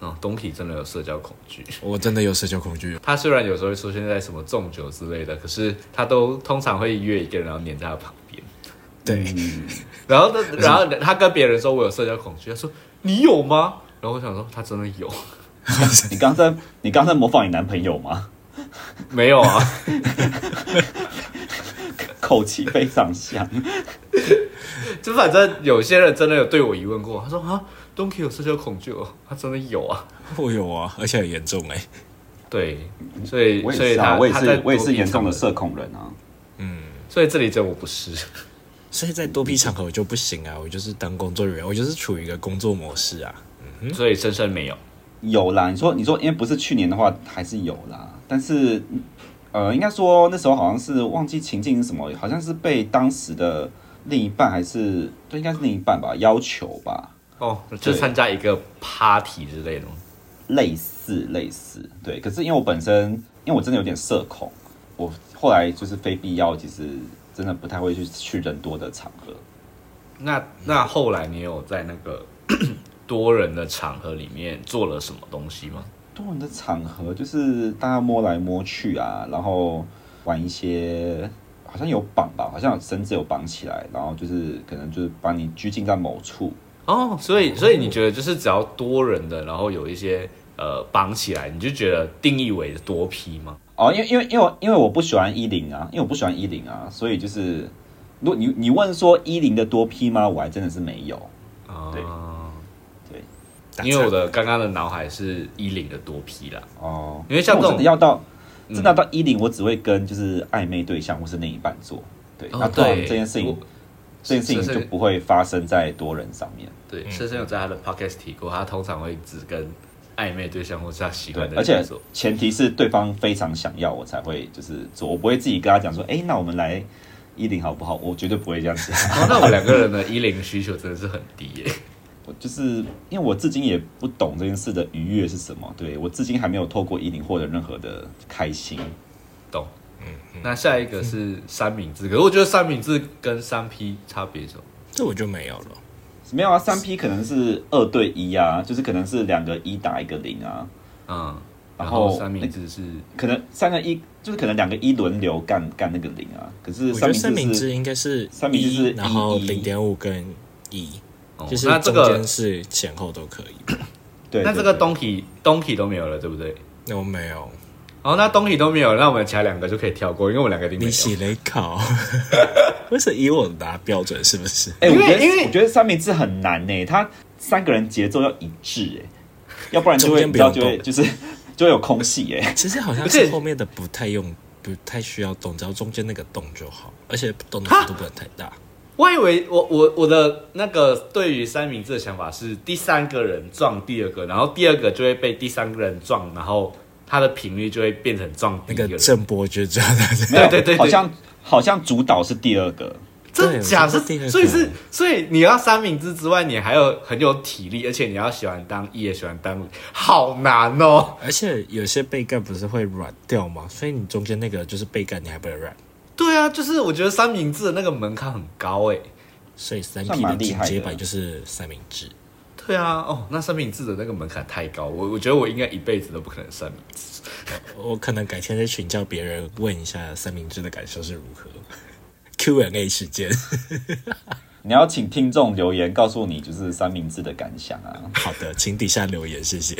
S2: 嗯，Donkey 真的有社交恐惧。 (laughs)
S1: 我真的有社交恐惧。
S2: 他虽然有时候会出现在什么纵酒之类的，可是他都通常会约一个人，然后黏在他旁边。
S1: 对，
S3: 嗯
S1: (laughs)
S2: 然后他，然后他跟别人说我有社交恐惧，他说你有吗？然后我想说他真的有，
S3: 你刚才你刚才模仿你男朋友吗？ (laughs)
S2: (laughs) 没有啊？
S3: 口气非常像。
S2: 就反正有些人真的有对我疑问过，他说啊，Donkey 有社交恐惧哦，他真的有啊。
S1: 我有啊，而且很严重哎、
S2: 对，所以
S3: (laughs) 我也
S2: 所以
S3: 是啊，
S2: 他
S3: 我也
S2: 他在
S3: 是我也
S2: 躲
S3: 是
S2: 避
S3: 严重的
S2: 他们
S3: 社恐人啊。
S2: 所以这里只有我不是。
S1: 所以在多批场合我就不行啊，我就是当工作人员，我就是处于一个工作模式啊。
S2: 所以深深没有。
S3: 有啦，你说你说，因为不是去年的话还是有啦，但是呃，应该说那时候好像是忘记情境是什么，好像是被当时的另一半还是对，应该是另一半吧，要求吧，
S2: 哦，就
S3: 对
S2: 参加一个 party 之类的吗。
S3: 类似类似，对。可是因为我本身，因为我真的有点社恐，我后来就是非必要，其实真的不太会去去人多的场合。
S2: 那那后来你有在那个 (clears throat) 多人的场合里面做了什么东西吗？
S3: 多人的场合就是大家摸来摸去啊，然后玩一些好像有绑吧，好像有绳子有绑起来，然后就是可能就是把你拘禁在某处。
S2: 哦，所以所以你觉得就是只要多人的，然后有一些呃绑起来，你就觉得定义为多批吗？
S3: 哦，因为因为因为因为我不喜欢一零啊，因为我不喜欢一零啊，所以就是如果你你问说一零的多批吗？我还真的是没有。
S2: 啊
S3: 对对，
S1: 打岔
S2: 因为我的刚刚的脑海是一零的多批啦。
S3: 哦，
S2: 因为像这种嗯
S3: 我真的要到真的要到一零，我只会跟就是暧昧对象或是另一半做。对，
S2: 哦
S3: 那通常
S2: 对
S3: 这件事情
S2: 我
S3: 这件事情
S2: 是是
S3: 就不会发生在多人上面。
S1: 嗯
S2: 对，深深有在他的 podcast 提过，他通常会只跟暧昧对象或是他喜
S3: 对
S2: 欢，的
S3: 而且
S2: 人做。
S3: 前提是对方非常想要，我才会就是做，我不会自己跟他讲说，哎、那我们来一零好不好？我绝对不会这样子。 (laughs)
S2: 哦，那我们两个人的一零需求真的是很低耶、
S3: 我就是因为我至今也不懂这件事的愉悦是什么，对我至今还没有透过衣领获得任何的开心。
S2: 懂。
S1: 嗯
S2: 那下一个是三明治，可是我觉得三明治跟三 P 差别是什么？
S1: 这我就没有了。
S3: 没有啊，三 P 可能是二对一啊，就是可能是两个一打一个零啊，
S2: 嗯，然
S3: 然后哎
S2: 后三明治是
S3: 可能三个一就是可能两个一轮流干干那个零啊。可是
S1: 我觉得三
S3: 三
S1: 明
S3: 明治是
S1: 治应该是
S3: 三明治
S1: 一
S3: 是
S1: 然后
S3: 一
S1: 零点五跟一，
S2: 哦
S1: 就是
S2: 那这
S1: 中
S2: 个
S1: 间是前后都可
S2: (coughs)
S1: 以。
S3: 对，
S2: 那
S3: 对
S2: 这个
S3: 对
S2: 东体东体都没有了，对不对？
S1: 那我没有，
S2: 哦，那东体都没有，那我们其他两个就可以跳过，因为我们两个零
S1: 你
S2: 没有。
S1: 洗雷考， (laughs) 为什么以我拿标准是不是？
S3: 哎、我
S2: 因为
S3: 觉得
S2: 因为
S3: 我觉得三明治很难呢、欸它三个人节奏要一致哎、要不然就
S1: 中
S3: 会
S1: 间
S3: 你
S1: 不
S3: 知道
S1: 用
S3: 就会就是就会有空隙哎、
S1: 其实好像
S2: 不
S1: 是
S2: 是
S1: 后面的不太用，不太需要动，只要中间那个动就好，而且动的幅度不能太大。
S2: 我以为我我我的那个对于三明治的想法是，第三个人撞第二个，然后第二个就会被第三个人撞，然后它的频率就会变成撞第
S1: 那
S2: 一个
S1: 个
S2: 人。
S1: 郑波就这样，
S3: 没
S2: (laughs)
S3: 有
S2: 对对对对
S3: 好像好像主导是第二个，
S2: 真假
S1: 对我觉得
S2: 是，
S1: 这个
S2: 所以
S1: 可
S2: 是
S1: 能，
S2: 所以你要三明治之外，你还有很有体力，而且你要喜欢当 E 一，也喜欢当五，好难哦。
S1: 而且有些被盖不是会软掉吗？所以你中间那个就是被盖，你还不能软，
S2: 对啊，就是我觉得三明治的那个门槛很高哎。
S1: 所以三
S3: 算
S1: P
S3: 蛮
S1: 的
S3: 厉
S1: 进
S3: 害的
S1: 阶版就是三明治。
S2: 对啊，哦，那三明治的那个门槛太高，我我觉得我应该一辈子都不可能三明治。
S1: 我可能改天再请教别人问一下三明治的感受是如何。Q&A 时间，
S3: 你要请听众留言告诉你就是三明治的感想啊。
S2: (laughs)
S1: 好的，请底下留言，谢谢。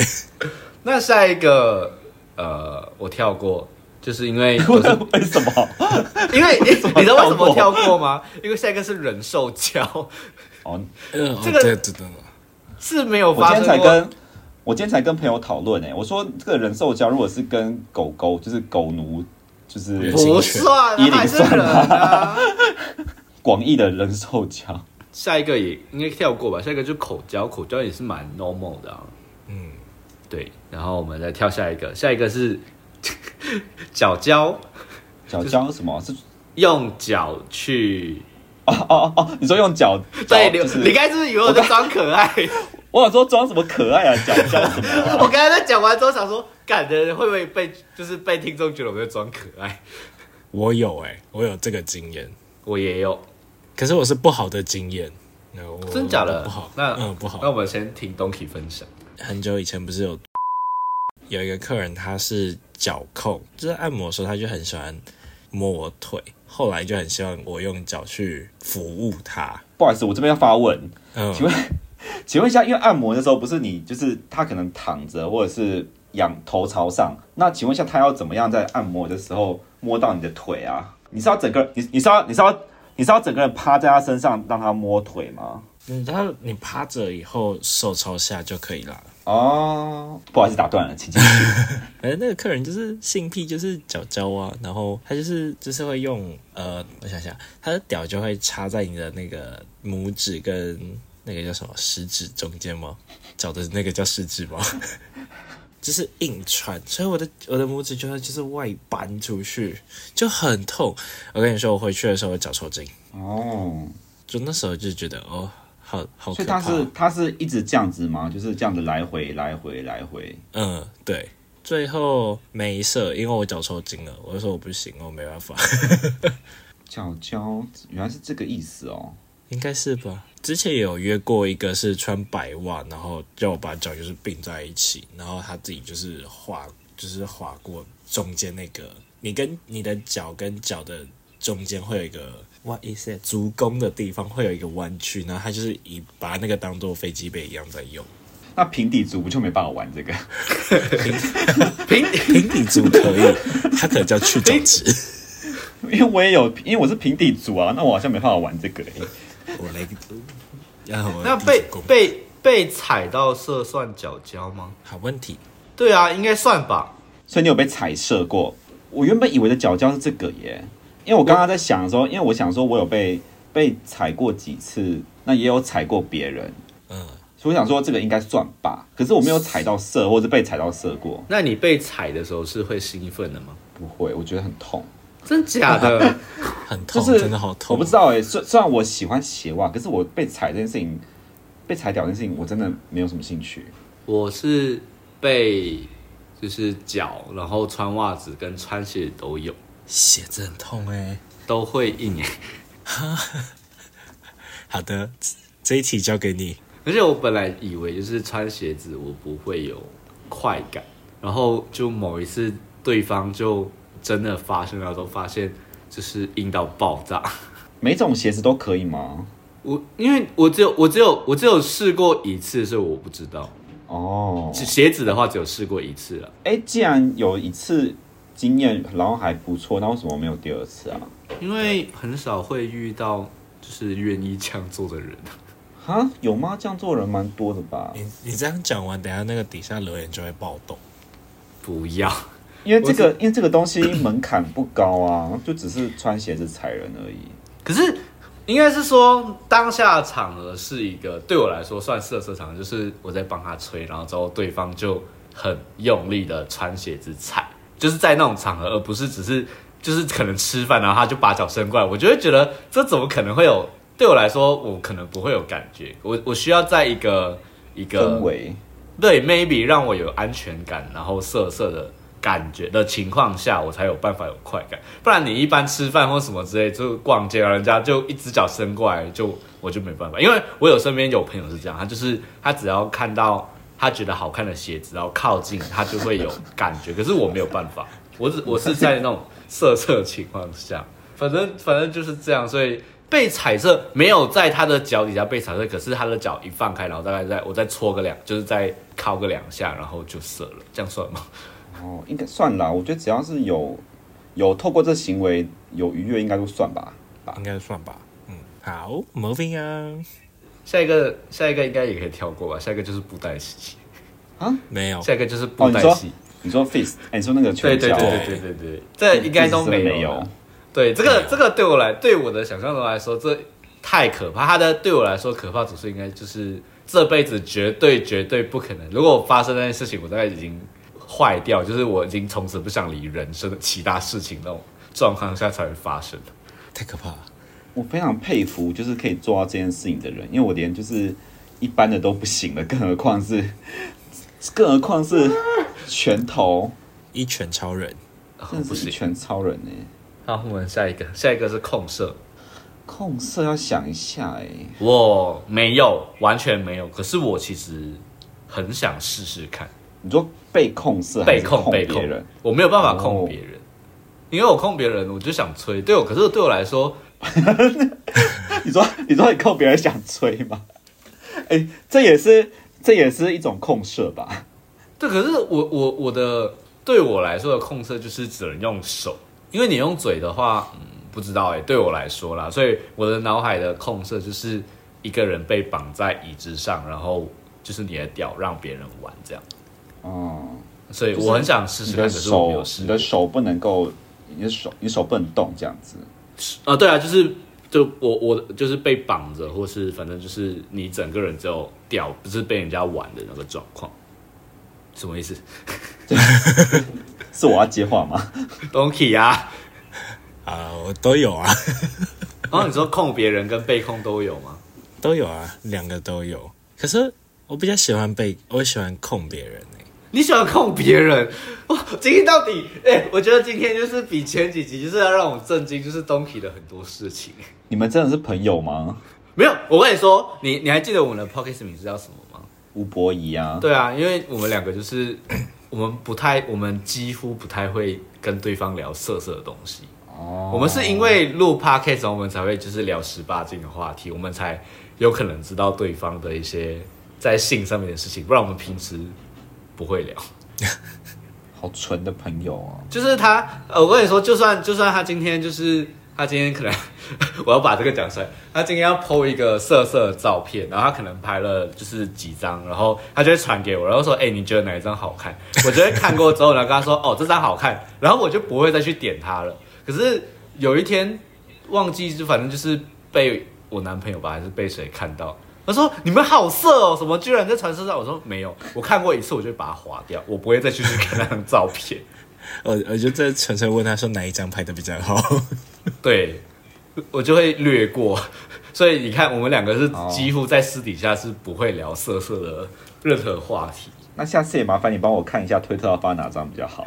S2: 那下一个，呃，我跳过，就是因
S3: (laughs)
S2: 为都是
S3: 为什么？
S2: 因为你你
S3: 么
S2: 知道为什么跳
S3: 跳
S2: 过吗？因为下一个是人兽交，
S3: 哦，
S1: 呃，哦
S2: 这个
S1: 对对对，
S2: 是没有
S3: 我今
S2: 发
S3: 天
S2: 生
S3: 才
S2: 过。
S3: 跟我今天才跟朋友讨论哎，我说这个人兽交如果是跟狗狗，就是狗奴，就是
S1: 不
S2: 不算，他
S3: 一零
S2: 还是
S3: 算
S2: 人啊。
S3: 广义的人兽交。
S2: 下一个也应该跳过吧，下一个就口交，口交也是蛮 normal 的、啊。
S1: 嗯，
S2: 对，然后我们再跳下一个，下一个是 (laughs) 脚交，
S3: 脚交是什么？是 (laughs)
S2: 用脚去。
S3: 哦哦哦哦，你说用脚
S2: (laughs) 对，
S3: 脚
S2: 你
S3: 就是
S2: 你刚才是不是以为我在装可爱？
S3: 我想说装什么可爱啊，脚交什么 (laughs) 啊、
S2: (laughs) 我刚才在讲完之后想说，感的会不会被就是被听众觉得我在装可爱？
S1: 我有哎、我有这个经验，
S2: 我也有，
S1: 可是我是不好的经验。那我
S2: 真假的？
S1: 不好，
S2: 那
S1: 嗯不
S2: 那
S1: 好。
S2: 我们先听 Donkey 分享。
S1: 很久以前不是有 (laughs) 有一个客人，他是脚控，就是按摩的时候他就很喜欢摸我腿，后来就很希望我用脚去服务他。
S3: 不好意思，我这边要发问，
S1: 嗯，
S3: 请问请问一下，因为按摩的时候不是你，就是他可能躺着或者是仰头朝上，那请问一下，他要怎么样在按摩的时候摸到你的腿啊？你是要整个你你是要你是要你是要整个人趴在他身上让他摸腿
S2: (laughs)
S3: 吗？
S1: 你嗯他你趴着以后手朝下就可以啦。
S3: 哦，不好意思打断了，请继续。
S1: 反正那个客人就是性癖，就是脚胶啊，然后他就是就是会用呃，我想想，他的屌就会插在你的那个拇指跟那个叫什么食指中间吗？脚的那个叫食指吗？就是硬穿，所以我的我的拇指就会就是外搬出去，就很痛。我跟你说，我回去的时候我脚抽筋，
S3: 哦，
S1: 就那时候就觉得哦，好好
S3: 所
S1: 可
S3: 以他
S1: 怕。
S3: 是他是一直这样子吗？就是这样子来回来回来回。
S1: 嗯，对。最后没射，因为我脚抽筋了，我就说我不行，我没办法。
S3: 脚胶原来是这个意思哦。
S1: 应该是吧。之前有约过一个是穿白袜，然后叫我把脚就是并在一起，然后他自己就是划，就是划过中间那个，你跟你的脚跟脚的中间会有一个 what is it 足弓的地方会有一个弯曲，然后他就是以把那个当做飞机杯一样在用。
S3: 那平底足不就没办法玩这个？
S2: (laughs)
S3: (laughs)
S2: 平 (laughs)
S1: 平底足可以，它可能叫去角质。 (laughs)
S3: 因为我也有，因为我是平底足啊，那我好像没办法玩这个、欸。
S1: 我来个，然后我
S2: 那
S1: 的
S2: 被
S1: 地主公
S2: 被被踩到射算脚交吗？
S1: 好问题，
S2: 对啊，应该算吧。
S3: 所以你有被踩射过？我原本以为的脚胶是这个耶，因为我刚刚在想的时候，因为我想说我有被被踩过几次，那也有踩过别人，
S1: 嗯，
S3: 所以我想说这个应该算吧。可是我没有踩到射，或是被踩到射过，
S2: 那你被踩的时候是会兴奋的吗？
S3: 不会，我觉得很痛。
S2: 真假的？
S1: 很
S3: 就
S1: 痛，
S3: 是
S1: 真的好痛，
S3: 欸我不知道哎、虽虽然我喜欢鞋袜，可是我被踩这件事情，被踩屌这件事情，我真的没有什么兴趣。
S2: (laughs) 我是被就是脚，然后穿袜子跟穿鞋都有，
S1: 鞋子很痛哎、
S2: 都会硬欸耶。
S1: 好的，这这一题交给你。
S2: 而且我本来以为就是穿鞋子我不会有快感，然后就某一次对方就真的发生了，都发现就是硬到爆炸。
S3: 每种鞋子都可以吗？
S2: 我因为我只有我只有我只有试过一次，所以我不知道。
S3: 哦，
S2: 鞋子的话只有试过一次了，
S3: 哎、既然有一次经验，然后还不错，那为什么没有第二次啊？
S2: 因为很少会遇到就是愿意这样做的人。
S3: 哈，有吗？这样做人蛮多的吧？
S1: 你你这样讲完，等一下那个底下留言就会暴动。
S2: 不要，
S3: 因为这个，因为这个东西门槛不高啊，就只是穿鞋子踩人而已。
S2: 可是应该是说当下场合是一个对我来说算色色场合，就是我在帮他吹，然后之后对方就很用力的穿鞋子踩，就是在那种场合，而不是只是就是可能吃饭，然后他就把脚伸过来，我就会觉得这怎么可能会有？对我来说，我可能不会有感觉，我我需要在一个一个
S3: 氛围，
S2: 对，maybe 让我有安全感，然后色色的感觉的情况下，我才有办法有快感。不然你一般吃饭或什么之类，就逛街，人家就一只脚伸过来，就我就没办法。因为我有身边有朋友是这样，他就是他只要看到他觉得好看的鞋子，然后靠近他就会有感觉。可是我没有办法，我只我是在那种色色情况下，反正反正就是这样，所以。被踩射没有在他的脚底下被踩射，可是他的脚一放开，然后大概在我再搓个两，就是再敲个两下，然后就射了，这样算吗？
S3: 哦，应该算啦。我觉得只要是有有透过这行为有愉悦，应该都算吧。
S1: 应该算吧。嗯，好，moving on。
S2: (laughs) 下一个下一个应该也可以跳过吧，下一个就是布袋戏，
S1: 没有，
S2: 下一个就是布袋戏，
S3: 你说 fist，哎、你说那哦个
S2: 对
S3: 拳
S2: 对
S3: 脚，
S2: 对对对对对，这应该都
S3: 没
S2: 没有
S3: 有
S2: 了。。对，
S3: 哎
S2: 这
S1: 没
S2: 个
S1: 有
S2: 这个对我来对我的想象中来说，这太可怕。它的对我来说可怕指数应该就是这辈子绝对绝对不可能。如果发生那件事情，我大概已经坏掉，就是我已经从此不想理人生的其他事情那种状况下才会发生。
S1: 太可怕了。
S3: 我非常佩服，就是可以做到这件事情的人，因为我连就是一般的都不行了，更何况是，更何况是拳头，
S1: 一拳超人，
S2: 哦
S3: 真的
S2: 不
S3: 是一
S2: 行，
S3: 拳超人呢、
S2: 好，我们下一个，下一个是控射。
S3: 控色要想一下哎、
S2: 我没有，完全没有。可是我其实很想试试看
S3: 你说被控色还
S2: 被
S3: 是
S2: 控被
S3: 别
S2: 控
S3: 人？， (laughs)
S2: 我没有办法控
S3: 哦
S2: 别人，因为我控别人，我就想吹。对我，可是对我来说，
S3: 你说你说你控别人想吹吗？哎、这也是这也是一种控射吧？
S2: 对，可是我我我的对我来说的控色就是只能用手，因为你用嘴的话，嗯，不知道哎、对我来说啦，所以我的脑海的控色就是一个人被绑在椅子上，然后就是你的屌让别人玩这样，
S3: 哦、
S2: 所以
S3: 就是
S2: 我很想试
S3: 你
S2: 试看，
S3: 的
S2: 可是我没
S3: 手
S2: 有试
S3: 你
S2: 过
S3: 的手不能够，你的手你手不能动这样子。
S2: 啊、对啊，就是就我我就是被绑着，或是反正就是你整个人只有屌，不是被人家玩的那个状况，什么意思
S3: 是我要接话吗？
S2: ？Donkey 啊， (laughs)
S1: 啊，我都有啊， (laughs)
S2: 然后你说控别人跟被控都有吗？
S1: 都有啊，两个都有。可是我比较喜欢被，我喜欢控别人欸
S2: 你喜欢控别人， (laughs) 哇！今天到底，哎、我觉得今天就是比前几集就是要让我震惊，就是东体的很多事情。 (laughs)
S3: 你们真的是朋友吗？
S2: 没有，我跟你说，你你还记得我们的 podcast 名字叫什么吗？
S3: 吴伯仪啊，
S2: 对啊，因为我们两个就是 (clears throat) 我们不太，我们几乎不太会跟对方聊色色的东西。
S3: 哦
S2: 我们是因为录 podcast，然后我们才会就是聊十八禁的话题，我们才有可能知道对方的一些在性上面的事情，不然我们平时不会聊。
S3: 好纯的朋友啊。
S2: 就是他，呃，我跟你说，就算就算他今天就是他今天可能， (laughs) 我要把这个讲出来，他今天要 PO 一个色色的照片，然后他可能拍了就是几张，然后他就会传给我，然后说，哎、你觉得哪一张好看？ (laughs) 我就会看过之后呢，跟他说，哦，这张好看，然后我就不会再去点他了。可是有一天忘记，就反正就是被我男朋友吧，还是被谁看到。他说：“你们好色哦，什么居然在传身上？”我说：“没有，我看过一次，我就把它划掉，我不会再继续看那张照片。”
S1: 我我就在纯粹问他说哪一张拍的比较好，
S2: 对，我就会略过， (laughs) 所以你看，我们两个是
S3: 哦
S2: 几乎在私底下是不会聊色色的任何话
S1: (laughs)
S2: 题。
S3: 那下次也麻烦你帮我看一下推特要发哪张比较好。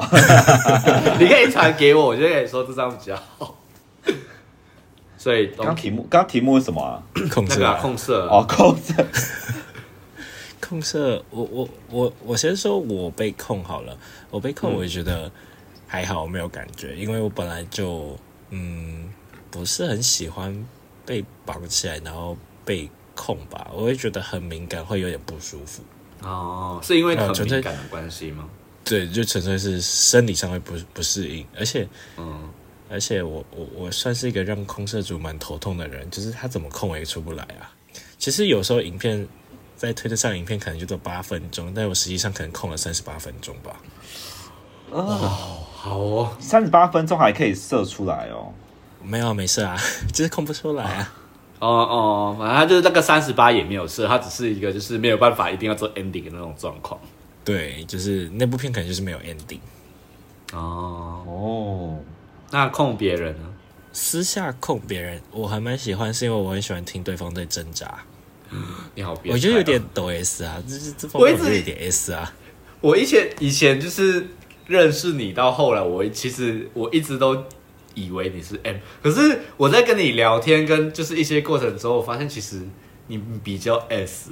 S2: 你可以传给我，我就可以说这张比较好。 (laughs) 所以
S3: 刚题目，刚题目是什么啊？
S1: (laughs) 控
S2: 那
S1: 制
S2: 个啊、
S1: 啊
S2: 控色啊
S3: 哦，扣着。
S1: 控射，我我我我先说，我被控好了，我被控，我也觉得还好，我没有感觉，因为我本来就嗯不是很喜欢被绑起来，然后被控吧，我会觉得很敏感，会有点不舒服。
S2: 哦，是因为很
S1: 呃纯粹
S2: 敏感的关系
S1: 嗯
S2: 吗？
S1: 对，就纯粹是生理上会不不适应，而且
S2: 嗯，
S1: 而且我我我算是一个让控射主蛮头痛的人，就是他怎么控我也出不来啊。其实有时候影片在推特上，影片可能就都八分钟，但我实际上可能控了三十八分钟吧。
S2: 好哦，
S3: 三十八分钟还可以射出来哦。
S1: 没有，没事啊， (laughs) 就是控不出来啊。
S2: 哦哦，反正他就是那个三十八也没有事，他只是一个就是没有办法一定要做 ending 的那种状况。
S1: 对，就是那部片可能就是没有 ending。
S2: 哦，
S3: 哦，
S2: 那控别人呢？
S1: 私下控别人，我还蛮喜欢，是因为我很喜欢听对方在挣扎。
S2: 你好变态哦、
S1: 我觉得有点抖 S 啊，就是这方
S2: 我一
S1: 面
S2: 直
S1: 我觉得有点 S 啊。
S2: 我以前以前就是认识你到后来，我其实我一直都以为你是 M，可是我在跟你聊天跟就是一些过程之后，我发现其实你比较 S。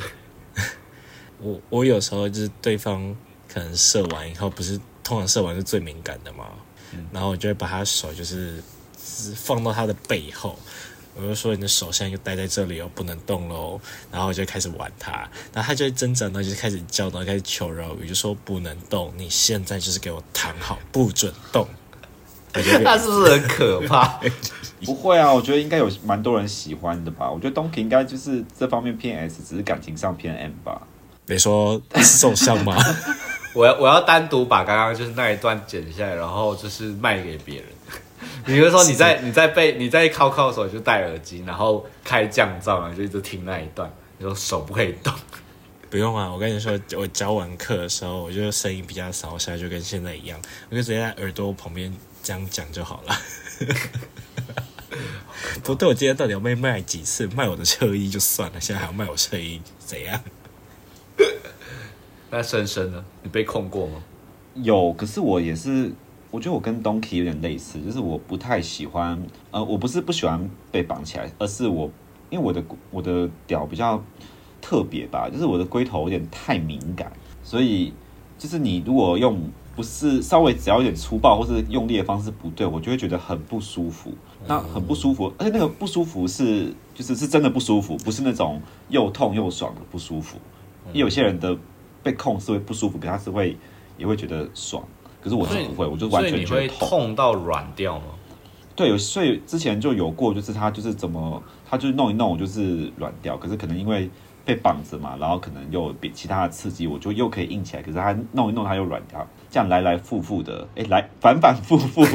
S1: 我我有时候就是对方可能射完以后，不是通常射完是最敏感的嘛，然后我就会把他手就是就是放到他的背后，我就说你的手现在就待在这里哦，不能动喽，然后我就开始玩他，然后他就会挣扎，然后就开始叫，然后开始求饶，我就说不能动，你现在就是给我躺好，不准动。我就
S2: 那是不是很可怕？ (laughs)
S3: 不会啊，我觉得应该有蛮多人喜欢的吧。我觉得东 k 应该就是这方面偏 S，只是感情上偏 M 吧。
S1: 别说受伤嘛，
S2: 我要我要单独把刚刚就是那一段剪下来，然后就是卖给别人。 (laughs) 比如说你在你在被你在靠靠的时候就戴耳机，然后开降噪，然后就一直听那一段，你说手不可以动。
S1: 不用啊，我跟你说，我教完课的时候，我就声音比较少，下就跟现在一样，我就直接在耳朵旁边这样讲就好了。 (laughs) 不对，我今天到底要被卖几次？卖我的车衣就算了，现在还要卖我车衣，怎样？
S2: 那深深呢？你被控过吗？
S3: 有，可是我也是，我觉得我跟东 k 有点类似，就是我不太喜欢，呃，我不是不喜欢被绑起来，而是我因为我的我的屌比较特别吧，就是我的龟头有点太敏感，所以就是你如果用不是稍微只要有点粗暴或是用力的方式不对，我就会觉得很不舒服。那很不舒服，而且那个不舒服是就是是真的不舒服，不是那种又痛又爽的不舒服。因为有些人的被控是会不舒服，可他是会也会觉得爽。可是我是不会，我就完
S2: 所以
S3: 全
S2: 你
S3: 觉得
S2: 会痛到软掉吗？
S3: 对，有所以之前就有过，就是他就是怎么，他就是弄一弄，我就是软掉。可是可能因为被绑着嘛，然后可能又有别其他的刺激，我就又可以硬起来。可是他弄一弄，他又软掉，这样来来复复的，哎，来反反复复，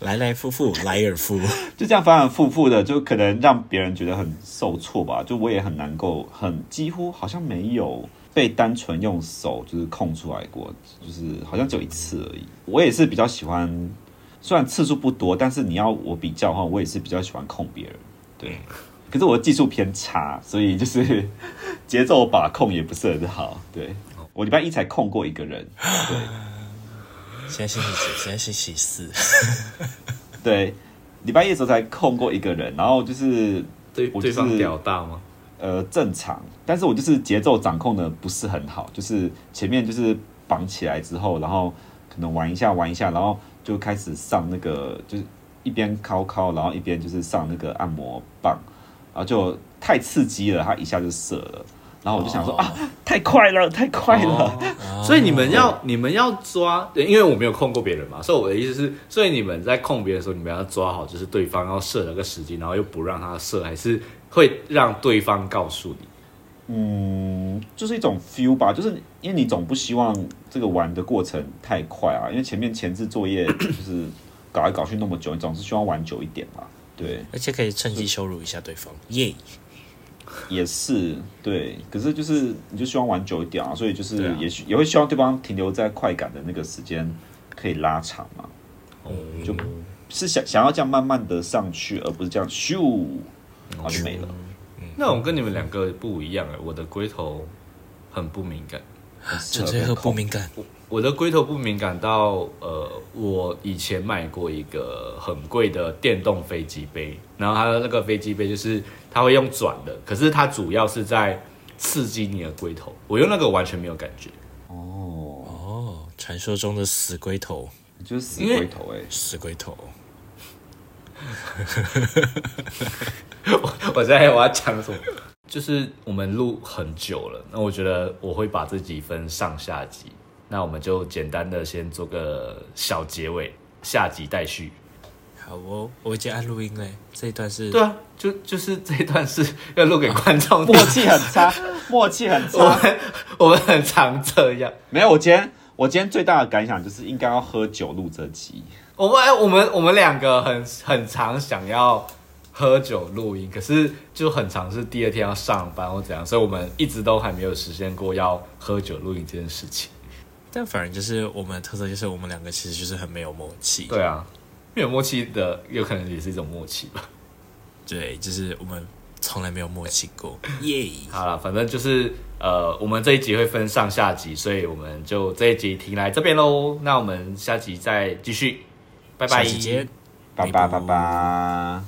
S1: 来来复复，来尔夫，
S3: 就这样反反复复的，就可能让别人觉得很受挫吧。就我也很难够，很几乎好像没有被单纯用手就是控出来过，就是好像只有一次而已。我也是比较喜欢，虽然次数不多，但是你要我比较的话，我也是比较喜欢控别人。对，可是我的技术偏差，所以就是节奏把控也不是很好。对我礼拜一才控过一个人，
S1: 现在星期几？现在星期四。
S3: 对，礼拜一的时候才控过一个人，然后就是
S2: 对，
S3: 我
S2: 对
S3: 就是
S2: 方屌大吗？
S3: 呃正常，但是我就是节奏掌控的不是很好，就是前面就是绑起来之后，然后可能玩一下玩一下，然后就开始上那个就是一边敲敲，然后一边就是上那个按摩棒，然后就太刺激了，他一下就射了，然后我就想说、啊，太快了，太快了。啊
S2: 所以你们要你们要抓，对因为我没有控过别人嘛，所以我的意思是，所以你们在控别人的时候，你们要抓好，就是对方要射那个时机，然后又不让他射，还是会让对方告诉你。
S3: 嗯，就是一种 feel 吧，就是因为你总不希望这个玩的过程太快啊，因为前面前置作业就是搞来搞去那么久，你总是希望玩久一点嘛。对，
S1: 而且可以趁机羞辱一下对方，耶、
S3: 也是对，可是就是你就希望玩久一点啊，所以就是
S1: 对啊
S3: 也许、也会希望对方停留在快感的那个时间可以拉长嘛，
S2: 哦、
S3: 是想想要这样慢慢的上去，而不是这样咻然后就没了。
S2: 那我跟你们两个不一样哎、我的龟头很不敏感，
S3: 适
S1: 纯
S3: 合
S1: 粹
S3: 被
S1: 和
S3: 控
S1: 不敏感，
S2: 我的龟头不敏感到呃，我以前买过一个很贵的电动飞机杯，然后它的那个飞机杯就是它会用转的，可是它主要是在刺激你的龟头，我用那个完全没有感觉。 (laughs)
S3: 哦，
S1: 哦，传说中的死龟头，
S3: 就是死
S2: 因为
S3: 龟头哎、
S1: 死龟头，
S2: 我在我要讲什么？就是我们录很久了，那我觉得我会把这集分上下集，那我们就简单的先做个小结尾，下集待续。
S1: 好哦，我已经按录音嘞，这一段是
S2: 对啊，就就是这一段是要录给观众听 (laughs)
S3: 默。契很差， (laughs) 默契很
S2: 我
S3: 差。
S2: 们我们很常这样。
S3: 没有，我今天我今天最大的感想就是应该要喝酒录这集。
S2: 我们哎我们我们两个很很常想要喝酒录音，可是就很常是第二天要上班或怎样，所以我们一直都还没有实现过要喝酒录音这件事情。
S1: 但反而就是我们的特色就是我们两个其实就是很没有默契，
S2: 对啊，没有默契的，有可能也是一种默契吧。
S1: 对，就是我们从来没有默契过，耶！
S2: 嗯好了，反正就是呃，我们这一集会分上下集，所以我们就这一集停来这边喽。那我们下集再继续，拜
S1: 下
S2: 拜。
S1: 期见。
S3: 叭叭叭叭。